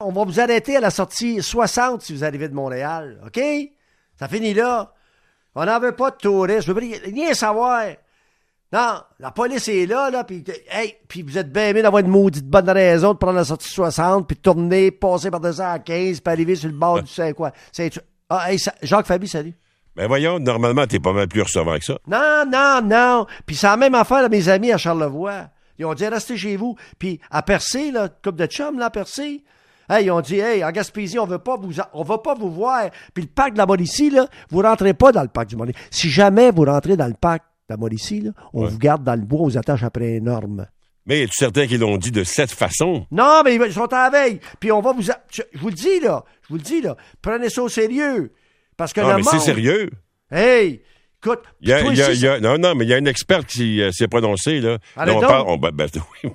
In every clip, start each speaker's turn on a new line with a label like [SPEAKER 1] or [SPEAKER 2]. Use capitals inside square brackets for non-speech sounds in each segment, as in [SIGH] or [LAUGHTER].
[SPEAKER 1] On va vous arrêter à la sortie 60 si vous arrivez de Montréal, OK? Ça finit là. On n'en veut pas de touristes. Je veux rien- rien savoir. Non, la police est là, là, puis hey, puis vous êtes bien aimé d'avoir une maudite bonne raison de prendre la sortie 60, puis de tourner, passer par 215, puis arriver sur le bord du saint quoi. C'est ah, hey, ça- Jacques Fabi, salut.
[SPEAKER 2] Ben voyons, normalement, t'es pas mal plus recevant que ça.
[SPEAKER 1] Non, non, non. Puis c'est la même affaire à mes amis à Charlevoix. Ils ont dit restez chez vous. Puis à Percé, là, coupe de chum, là, à Percé. Hey, ils ont dit hey, en Gaspésie, on veut pas vous on va pas vous voir. Puis le parc de la Mauricie, là, vous rentrez pas dans le parc du Mauricie. Si jamais vous rentrez dans le parc de la Mauricie, là, on vous garde dans le bois, on vous attache après une norme.
[SPEAKER 2] Mais es-tu certain qu'ils l'ont dit de cette façon?
[SPEAKER 1] Non, mais ils sont à la veille. Puis on va vous a- je je vous le dis là, je vous le dis là, prenez ça au sérieux parce que
[SPEAKER 2] non,
[SPEAKER 1] le
[SPEAKER 2] Ah, mais c'est
[SPEAKER 1] monde-
[SPEAKER 2] sérieux.
[SPEAKER 1] Hey, écoute,
[SPEAKER 2] Il y a-
[SPEAKER 1] toi
[SPEAKER 2] il y a-
[SPEAKER 1] ici,
[SPEAKER 2] il y a- non, non, mais il y a un expert qui euh, s'est prononcé, là.
[SPEAKER 1] Allez
[SPEAKER 2] Là, on
[SPEAKER 1] donc.
[SPEAKER 2] parle- on- ben, ben, [LAUGHS] oui.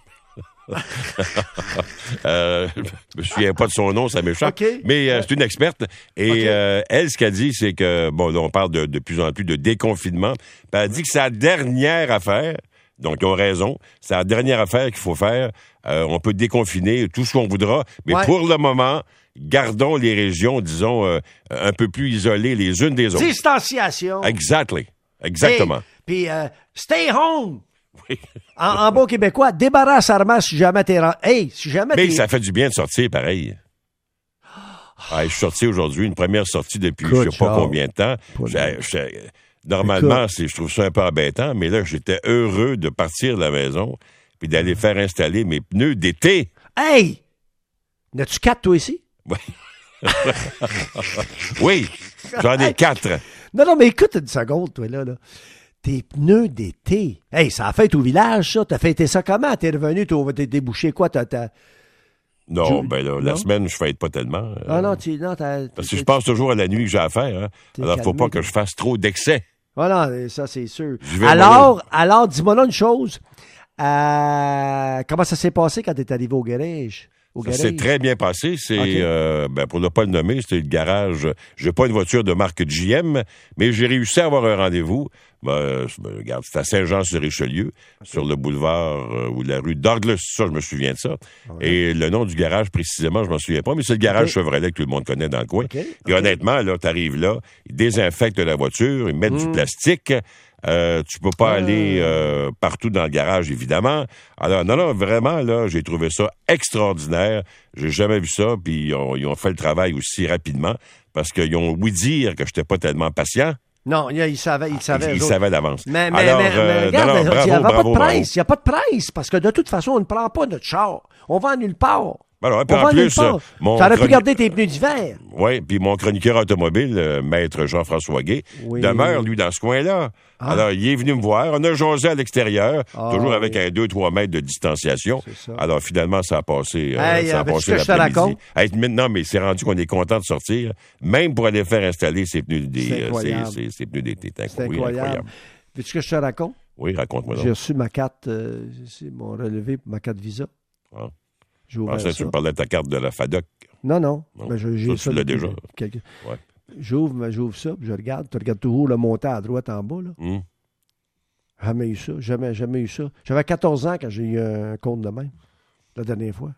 [SPEAKER 2] Euh, je me souviens pas de son nom, ça m'échappe.
[SPEAKER 1] OK.
[SPEAKER 2] Mais euh, c'est une experte. Et
[SPEAKER 1] OK.
[SPEAKER 2] euh, elle, ce qu'elle dit, c'est que, bon, là, on parle de, de plus en plus de déconfinement. Puis elle dit que sa dernière affaire, donc ils ont raison, c'est la dernière affaire qu'il faut faire. Euh, on peut déconfiner tout ce qu'on voudra, mais
[SPEAKER 1] Ouais.
[SPEAKER 2] pour le moment, gardons les régions, disons, euh, un peu plus isolées les unes des autres.
[SPEAKER 1] distanciation.
[SPEAKER 2] Exactly. Exactement.
[SPEAKER 1] Hey, Puis, euh, stay home.
[SPEAKER 2] [LAUGHS] Oui.
[SPEAKER 1] En, en bon québécois, débarrasse Armand si jamais t'es... ren- Hey, si jamais
[SPEAKER 2] Mais
[SPEAKER 1] t'es-
[SPEAKER 2] ça fait du bien de sortir pareil. Ah, je suis sorti aujourd'hui, une première sortie depuis
[SPEAKER 1] Écoute,
[SPEAKER 2] je sais pas
[SPEAKER 1] Charles.
[SPEAKER 2] combien de temps.
[SPEAKER 1] Pas
[SPEAKER 2] J'ai- j'ai- normalement, c'est, je trouve ça un peu embêtant, mais là, j'étais heureux de partir de la maison puis d'aller faire installer mes pneus d'été.
[SPEAKER 1] Hey! N'as-tu quatre, toi, ici?
[SPEAKER 2] Oui, j'en ai quatre.
[SPEAKER 1] Non, non, mais écoute une seconde, toi, là. là. Tes pneus d'été. Hey, ça a fait au village, ça. T'as fêté ça comment? T'es revenu, t'as t'es débouché quoi? T'as, t'as-
[SPEAKER 2] Non,
[SPEAKER 1] Tu-
[SPEAKER 2] ben là, la
[SPEAKER 1] non?
[SPEAKER 2] semaine, je fête pas tellement. euh,
[SPEAKER 1] Ah non, tu... Non, t'as...
[SPEAKER 2] parce que je pense toujours à la nuit que j'ai à faire. Hein.
[SPEAKER 1] T'es
[SPEAKER 2] Alors, faut
[SPEAKER 1] calmé,
[SPEAKER 2] pas
[SPEAKER 1] toi.
[SPEAKER 2] que je fasse trop d'excès.
[SPEAKER 1] Voilà, Ah euh, ça, c'est sûr.
[SPEAKER 2] Je vais
[SPEAKER 1] Alors,
[SPEAKER 2] mourir.
[SPEAKER 1] alors dis-moi là une chose. Euh, comment ça s'est passé quand t'es arrivé au garage? Au
[SPEAKER 2] Ça
[SPEAKER 1] garage?
[SPEAKER 2] s'est très bien passé. C'est,
[SPEAKER 1] Ok.
[SPEAKER 2] euh, ben, pour ne pas le nommer, c'était le garage. J'ai pas une voiture de marque GM, mais j'ai réussi à avoir un rendez-vous. Ben, euh, c'est- ben, regarde, c'est à Saint-Jean-sur-Richelieu, sur le boulevard euh, ou la rue Douglas. Ça, je me souviens de ça. Et le nom du garage, précisément, je m'en souviens pas, mais c'est le garage
[SPEAKER 1] Ah Ok.
[SPEAKER 2] Chevrolet que tout le monde connaît dans le coin.
[SPEAKER 1] Ok,
[SPEAKER 2] Puis
[SPEAKER 1] ok.
[SPEAKER 2] honnêtement, là, t'arrives là, ils désinfectent la voiture, ils mettent du
[SPEAKER 1] Mm.
[SPEAKER 2] plastique. Euh, tu peux pas aller
[SPEAKER 1] Ah.
[SPEAKER 2] euh, partout dans le garage, évidemment. Alors, non, non, vraiment, là, j'ai trouvé ça extraordinaire. J'ai jamais vu ça, puis ils ont, ils ont fait le travail aussi rapidement, parce qu'ils ont ouï dire que j'étais pas tellement patient.
[SPEAKER 1] Non, il, il savait, il savait.
[SPEAKER 2] Ils,
[SPEAKER 1] eux
[SPEAKER 2] ils
[SPEAKER 1] autres.
[SPEAKER 2] savaient d'avance.
[SPEAKER 1] Ah, ben, Mais, mais,
[SPEAKER 2] Alors,
[SPEAKER 1] mais, mais
[SPEAKER 2] euh,
[SPEAKER 1] regarde,
[SPEAKER 2] non, non,
[SPEAKER 1] il
[SPEAKER 2] bravo,
[SPEAKER 1] n'y a pas
[SPEAKER 2] bravo,
[SPEAKER 1] de
[SPEAKER 2] bravo.
[SPEAKER 1] presse. Il n'y a pas de presse parce que de toute façon, on ne prend pas notre char. On va nulle part.
[SPEAKER 2] Alors, hein, puis
[SPEAKER 1] on
[SPEAKER 2] en
[SPEAKER 1] va nulle
[SPEAKER 2] plus,
[SPEAKER 1] part.
[SPEAKER 2] euh, mon
[SPEAKER 1] T'aurais pu
[SPEAKER 2] chroni-
[SPEAKER 1] garder tes pneus d'hiver.
[SPEAKER 2] Oui, puis mon chroniqueur automobile, euh, maître Jean-François Gay,
[SPEAKER 1] Oui.
[SPEAKER 2] demeure, lui, dans ce coin-là. Alors, il est venu me voir. On a jasé à l'extérieur,
[SPEAKER 1] Ah,
[SPEAKER 2] toujours avec
[SPEAKER 1] oui.
[SPEAKER 2] un 2-3 mètres de distanciation.
[SPEAKER 1] C'est ça.
[SPEAKER 2] Alors, finalement, ça a passé, euh,
[SPEAKER 1] Hey,
[SPEAKER 2] ça a
[SPEAKER 1] avais-tu
[SPEAKER 2] passé
[SPEAKER 1] que je te
[SPEAKER 2] l'après-midi.
[SPEAKER 1] raconte?
[SPEAKER 2] Hey, maintenant, mais c'est rendu qu'on est content de sortir, même pour aller faire installer ses pneus des-
[SPEAKER 1] C'est
[SPEAKER 2] euh,
[SPEAKER 1] incroyable.
[SPEAKER 2] ses- ses- ses pneus d'été. C'est
[SPEAKER 1] C'est
[SPEAKER 2] incroyable.
[SPEAKER 1] incroyable. Veux-tu que je te raconte?
[SPEAKER 2] Oui, raconte-moi
[SPEAKER 1] J'ai
[SPEAKER 2] donc.
[SPEAKER 1] reçu ma carte, euh, c'est mon relevé pour ma carte Visa.
[SPEAKER 2] Ah.
[SPEAKER 1] J'ai
[SPEAKER 2] Je
[SPEAKER 1] ouvert
[SPEAKER 2] pensais que tu
[SPEAKER 1] ça.
[SPEAKER 2] me parlais de ta carte de la FADOC.
[SPEAKER 1] Non, non.
[SPEAKER 2] Non.
[SPEAKER 1] Ben, je-
[SPEAKER 2] Ça,
[SPEAKER 1] j'ai
[SPEAKER 2] tu
[SPEAKER 1] ça.
[SPEAKER 2] l'as
[SPEAKER 1] depuis
[SPEAKER 2] déjà.
[SPEAKER 1] quelques-
[SPEAKER 2] Ouais.
[SPEAKER 1] J'ouvre, mais j'ouvre ça, puis je regarde. Tu regardes toujours le montant à droite en bas. Là.
[SPEAKER 2] Hum.
[SPEAKER 1] Jamais eu ça. Jamais, jamais eu ça. J'avais 14 ans quand j'ai eu un compte de même, la dernière fois.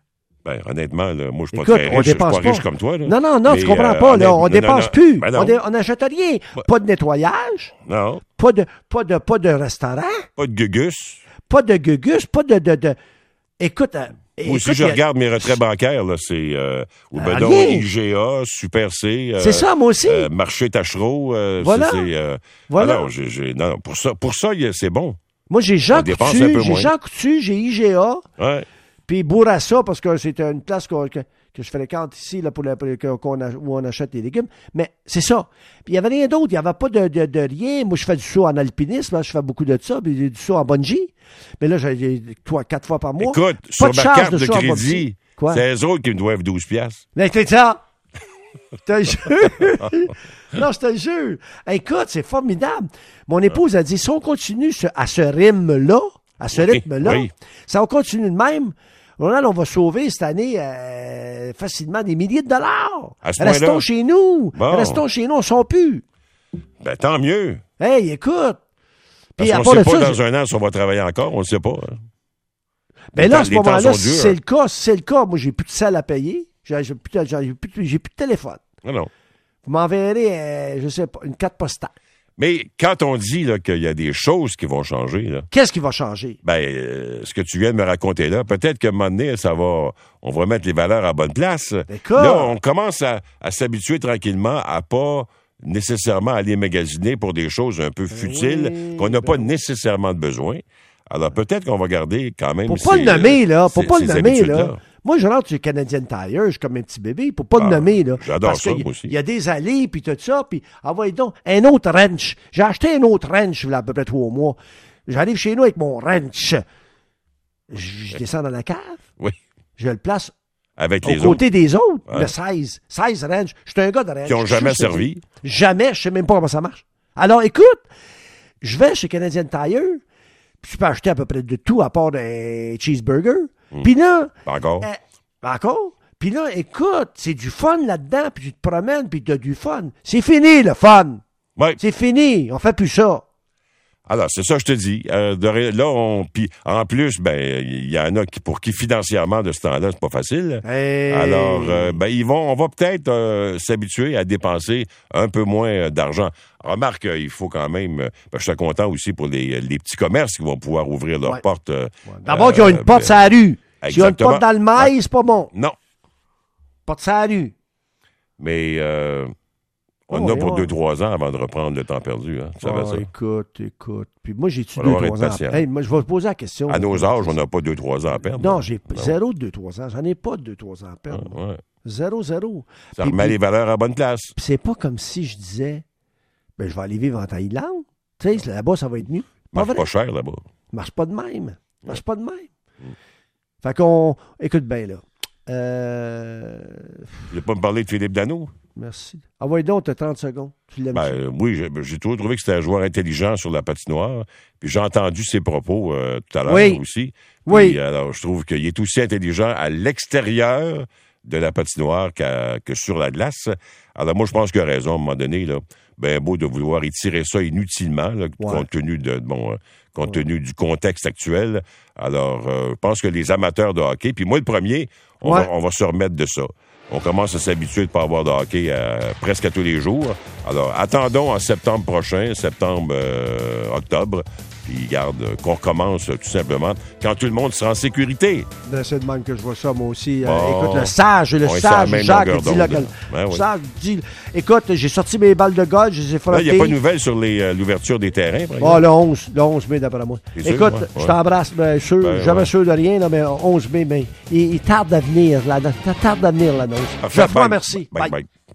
[SPEAKER 2] Ben, honnêtement, là, moi, je suis pas
[SPEAKER 1] Écoute,
[SPEAKER 2] très
[SPEAKER 1] on
[SPEAKER 2] riche. Je suis pas,
[SPEAKER 1] dépense pas.
[SPEAKER 2] riche comme toi. là.
[SPEAKER 1] Non, non, non,
[SPEAKER 2] Mais,
[SPEAKER 1] tu comprends
[SPEAKER 2] euh,
[SPEAKER 1] pas, là.
[SPEAKER 2] honnêtement-
[SPEAKER 1] On
[SPEAKER 2] non,
[SPEAKER 1] dépense
[SPEAKER 2] non.
[SPEAKER 1] plus.
[SPEAKER 2] Ben
[SPEAKER 1] on
[SPEAKER 2] non.
[SPEAKER 1] dé- on n'achète rien. Pas de nettoyage,
[SPEAKER 2] non,
[SPEAKER 1] pas de, pas de, pas de restaurant,
[SPEAKER 2] pas de gugus.
[SPEAKER 1] pas de gugus, pas de, de, de- Écoute, euh,
[SPEAKER 2] Moi aussi,
[SPEAKER 1] écoute,
[SPEAKER 2] je
[SPEAKER 1] il y a-
[SPEAKER 2] regarde mes retraits bancaires, là, c'est euh, ou ben
[SPEAKER 1] Ah,
[SPEAKER 2] donc,
[SPEAKER 1] rien.
[SPEAKER 2] IGA, Super C, euh,
[SPEAKER 1] C'est ça, moi aussi.
[SPEAKER 2] euh, Marché Tachereau, euh,
[SPEAKER 1] Voilà.
[SPEAKER 2] c'est, c'est, euh,
[SPEAKER 1] Voilà.
[SPEAKER 2] alors, j'ai- j'ai- non, non, pour ça, pour ça, il y a- c'est bon.
[SPEAKER 1] Moi, j'ai
[SPEAKER 2] on
[SPEAKER 1] Jean
[SPEAKER 2] dépense un peu
[SPEAKER 1] Coutu, j'ai
[SPEAKER 2] moins.
[SPEAKER 1] Jean Coutu, j'ai IGA,
[SPEAKER 2] Ouais.
[SPEAKER 1] puis Bourassa, parce que c'est une place qu'on- que, que je fréquente ici, là, pour la- pour- que- qu'on ach- où on achète des légumes. Mais c'est ça. Puis il n'y avait rien d'autre. Il n'y avait pas de, de- de rien. Moi, je fais du saut en alpinisme. là, je fais beaucoup de ça, puis du saut en bungee. Mais là, j'ai- j'ai toi, quatre fois par mois.
[SPEAKER 2] Écoute,
[SPEAKER 1] Oh, Pas
[SPEAKER 2] sur
[SPEAKER 1] de
[SPEAKER 2] ma
[SPEAKER 1] charge
[SPEAKER 2] carte de,
[SPEAKER 1] saut en bungee.
[SPEAKER 2] crédit,
[SPEAKER 1] Quoi?
[SPEAKER 2] c'est eux autres qui me doivent 12 piastres.
[SPEAKER 1] Mais c'est ça! Je te jure! non, je te jure! Écoute, c'est formidable! Mon épouse a dit, si on continue ce- à ce rythme-là, à ce
[SPEAKER 2] Oui,
[SPEAKER 1] rythme-là,
[SPEAKER 2] oui.
[SPEAKER 1] si on continue de même, Ronald, on va sauver cette année euh, facilement des milliers de dollars!
[SPEAKER 2] À ce
[SPEAKER 1] Restons
[SPEAKER 2] point-là?
[SPEAKER 1] chez nous!
[SPEAKER 2] Bon.
[SPEAKER 1] Restons chez nous, on ne sort plus!
[SPEAKER 2] Ben, tant mieux.
[SPEAKER 1] Hey, écoute!
[SPEAKER 2] Parce
[SPEAKER 1] Puis à
[SPEAKER 2] qu'on
[SPEAKER 1] part
[SPEAKER 2] sait
[SPEAKER 1] de
[SPEAKER 2] pas
[SPEAKER 1] ça,
[SPEAKER 2] dans un an si on va travailler encore, on ne sait pas. hein.
[SPEAKER 1] Mais Ben
[SPEAKER 2] Les
[SPEAKER 1] là,
[SPEAKER 2] temps-
[SPEAKER 1] à ce
[SPEAKER 2] les temps
[SPEAKER 1] moment-là,
[SPEAKER 2] sont
[SPEAKER 1] si
[SPEAKER 2] durs.
[SPEAKER 1] c'est le cas, si c'est le cas, moi, j'ai plus de salle à payer. J'ai j'ai plus, de- j'ai plus de- j'ai plus de téléphone.
[SPEAKER 2] Non, non.
[SPEAKER 1] Vous m'enverrez, euh, je sais pas, une carte postale.
[SPEAKER 2] Mais quand on dit là, qu'il y a des choses qui vont changer, là,
[SPEAKER 1] Qu'est-ce qui va changer?
[SPEAKER 2] ben, euh, ce que tu viens de me raconter là, peut-être qu'à un moment donné, ça va, on va mettre les valeurs à bonne place.
[SPEAKER 1] D'accord.
[SPEAKER 2] Là, on commence à, à s'habituer tranquillement à pas nécessairement aller magasiner pour des choses un peu futiles
[SPEAKER 1] oui,
[SPEAKER 2] qu'on n'a
[SPEAKER 1] ben
[SPEAKER 2] pas nécessairement de besoin. Alors peut-être qu'on va garder quand même.
[SPEAKER 1] Pour pas
[SPEAKER 2] ces-
[SPEAKER 1] le nommer, là. Pour
[SPEAKER 2] ces-
[SPEAKER 1] pas le
[SPEAKER 2] ces
[SPEAKER 1] nommer, là.
[SPEAKER 2] euh, habitudes-là.
[SPEAKER 1] Moi, je rentre chez Canadian Tire, je suis comme un petit bébé, pour pas le
[SPEAKER 2] Ah,
[SPEAKER 1] nommer, là.
[SPEAKER 2] j'adore
[SPEAKER 1] Parce
[SPEAKER 2] ça,
[SPEAKER 1] que
[SPEAKER 2] moi
[SPEAKER 1] y-
[SPEAKER 2] aussi.
[SPEAKER 1] Il y a des allées, puis tout ça, puis envoyez donc un autre wrench. J'ai acheté un autre wrench, il y a à peu près trois mois. J'arrive chez nous avec mon wrench. Je je descends dans la cave,
[SPEAKER 2] Oui.
[SPEAKER 1] je le place
[SPEAKER 2] Avec
[SPEAKER 1] aux
[SPEAKER 2] les autres
[SPEAKER 1] côtés des autres,
[SPEAKER 2] Ouais.
[SPEAKER 1] le 16. 16 range. Je suis un gars de range.
[SPEAKER 2] qui n'ont
[SPEAKER 1] Je
[SPEAKER 2] jamais
[SPEAKER 1] sais ce que
[SPEAKER 2] servi.
[SPEAKER 1] c'est. Jamais. Je sais même pas comment ça marche. Alors, écoute, je vais chez Canadian Tire, puis je peux acheter à peu près de tout à part un cheeseburger.
[SPEAKER 2] Hmm.
[SPEAKER 1] Puis là,
[SPEAKER 2] Encore.
[SPEAKER 1] euh, encore? Puis là, écoute, c'est du fun là-dedans, puis tu te promènes, puis tu as du fun. C'est fini, le fun.
[SPEAKER 2] Ouais.
[SPEAKER 1] C'est fini. On fait plus ça.
[SPEAKER 2] Alors, c'est ça que je te dis. Euh, de ré- là, on, puis en plus, ben, il y en a qui, pour qui financièrement, de ce temps-là, c'est pas facile.
[SPEAKER 1] Hey.
[SPEAKER 2] Alors, euh, ben, ils vont, on va peut-être euh, s'habituer à dépenser un peu moins euh, d'argent. Remarque, euh, il faut quand même. euh, ben, je suis content aussi pour les, euh, les petits commerces qui vont pouvoir ouvrir leurs
[SPEAKER 1] Ouais.
[SPEAKER 2] portes. euh,
[SPEAKER 1] D'abord,
[SPEAKER 2] euh,
[SPEAKER 1] ils ont une porte
[SPEAKER 2] ben,
[SPEAKER 1] sur la rue. S'ils ont une
[SPEAKER 2] exactement.
[SPEAKER 1] porte dans le maïs, c'est pas bon.
[SPEAKER 2] Non,
[SPEAKER 1] Porte sur la rue.
[SPEAKER 2] mais euh, on
[SPEAKER 1] Oh,
[SPEAKER 2] en a
[SPEAKER 1] oui,
[SPEAKER 2] pour
[SPEAKER 1] ouais.
[SPEAKER 2] deux, trois ans avant de reprendre le temps perdu. Hein. Tu savais
[SPEAKER 1] Ah,
[SPEAKER 2] ça?
[SPEAKER 1] Écoute, écoute. Puis moi, j'ai tué
[SPEAKER 2] Faut
[SPEAKER 1] deux,
[SPEAKER 2] avoir
[SPEAKER 1] trois
[SPEAKER 2] être
[SPEAKER 1] ans.
[SPEAKER 2] patient.
[SPEAKER 1] Hey, moi, je vais vous poser la question.
[SPEAKER 2] À nos âges, on n'a pas deux, trois ans à perdre.
[SPEAKER 1] Non, j'ai zéro de deux, trois ans. J'en ai pas de deux, trois ans à perdre.
[SPEAKER 2] Ouais.
[SPEAKER 1] Zéro, zéro.
[SPEAKER 2] Ça
[SPEAKER 1] Puis-
[SPEAKER 2] remet
[SPEAKER 1] puis-
[SPEAKER 2] les valeurs à bonne place.
[SPEAKER 1] puis c'est pas comme si je disais, ben, je vais aller vivre en Thaïlande. Tu sais, là-bas, ça va être mieux. Pas
[SPEAKER 2] Marche
[SPEAKER 1] vrai.
[SPEAKER 2] pas cher là-bas.
[SPEAKER 1] Marche pas de même. Marche pas de même.
[SPEAKER 2] Mm.
[SPEAKER 1] Fait qu'on. Écoute bien, là. Euh...
[SPEAKER 2] Je vais pas me parler de Philippe Dano.
[SPEAKER 1] Merci. Ah ouais, donc, t'as 30 secondes. Tu l'aimes.
[SPEAKER 2] Ben,
[SPEAKER 1] ça?
[SPEAKER 2] euh, oui, j'ai- j'ai toujours trouvé que c'était un joueur intelligent sur la patinoire. Puis j'ai entendu ses propos euh, tout à l'heure
[SPEAKER 1] Oui.
[SPEAKER 2] aussi.
[SPEAKER 1] Oui.
[SPEAKER 2] Puis, alors, je trouve qu'il est aussi intelligent à l'extérieur de la patinoire qu'à- que sur la glace. Alors, moi, je pense qu'il a raison, à un moment donné, là. Ben, beau de vouloir étirer ça inutilement, là, compte tenu de, bon, euh, compte tenu du contexte actuel. Alors, euh, je pense que les amateurs de hockey, puis moi, le premier, on,
[SPEAKER 1] Ouais.
[SPEAKER 2] va, on va se remettre de ça. On commence à s'habituer de ne pas avoir de hockey euh, presque à tous les jours. Alors, attendons en septembre prochain, septembre, euh, octobre, puis garde euh, qu'on recommence euh, tout simplement quand tout le monde sera en sécurité.
[SPEAKER 1] Ben, c'est de même que je vois ça, moi aussi. Euh,
[SPEAKER 2] Bon.
[SPEAKER 1] écoute, le sage, le
[SPEAKER 2] On est sur la
[SPEAKER 1] sage,
[SPEAKER 2] même
[SPEAKER 1] Jacques,
[SPEAKER 2] longueur
[SPEAKER 1] dit là,
[SPEAKER 2] d'onde.
[SPEAKER 1] que-
[SPEAKER 2] Ben oui.
[SPEAKER 1] Sage dit, écoute, j'ai sorti mes balles de golf, je les ai
[SPEAKER 2] Là,
[SPEAKER 1] frottées.
[SPEAKER 2] il n'y a pas de nouvelles sur les, euh, l'ouverture des terrains, par
[SPEAKER 1] Ah,
[SPEAKER 2] exemple.
[SPEAKER 1] le 11, le 11 mai, d'après moi.
[SPEAKER 2] T'es sûr,
[SPEAKER 1] Écoute,
[SPEAKER 2] ouais,
[SPEAKER 1] je
[SPEAKER 2] ouais.
[SPEAKER 1] t'embrasse, bien sûr,
[SPEAKER 2] Ben,
[SPEAKER 1] jamais
[SPEAKER 2] ouais.
[SPEAKER 1] sûr de rien, là, mais ben, 11 mai, mais il, il tarde à venir, là, il tarde à venir l'annonce.
[SPEAKER 2] Parfait,
[SPEAKER 1] Geoffroy,
[SPEAKER 2] bye.
[SPEAKER 1] merci.
[SPEAKER 2] Bye, bye.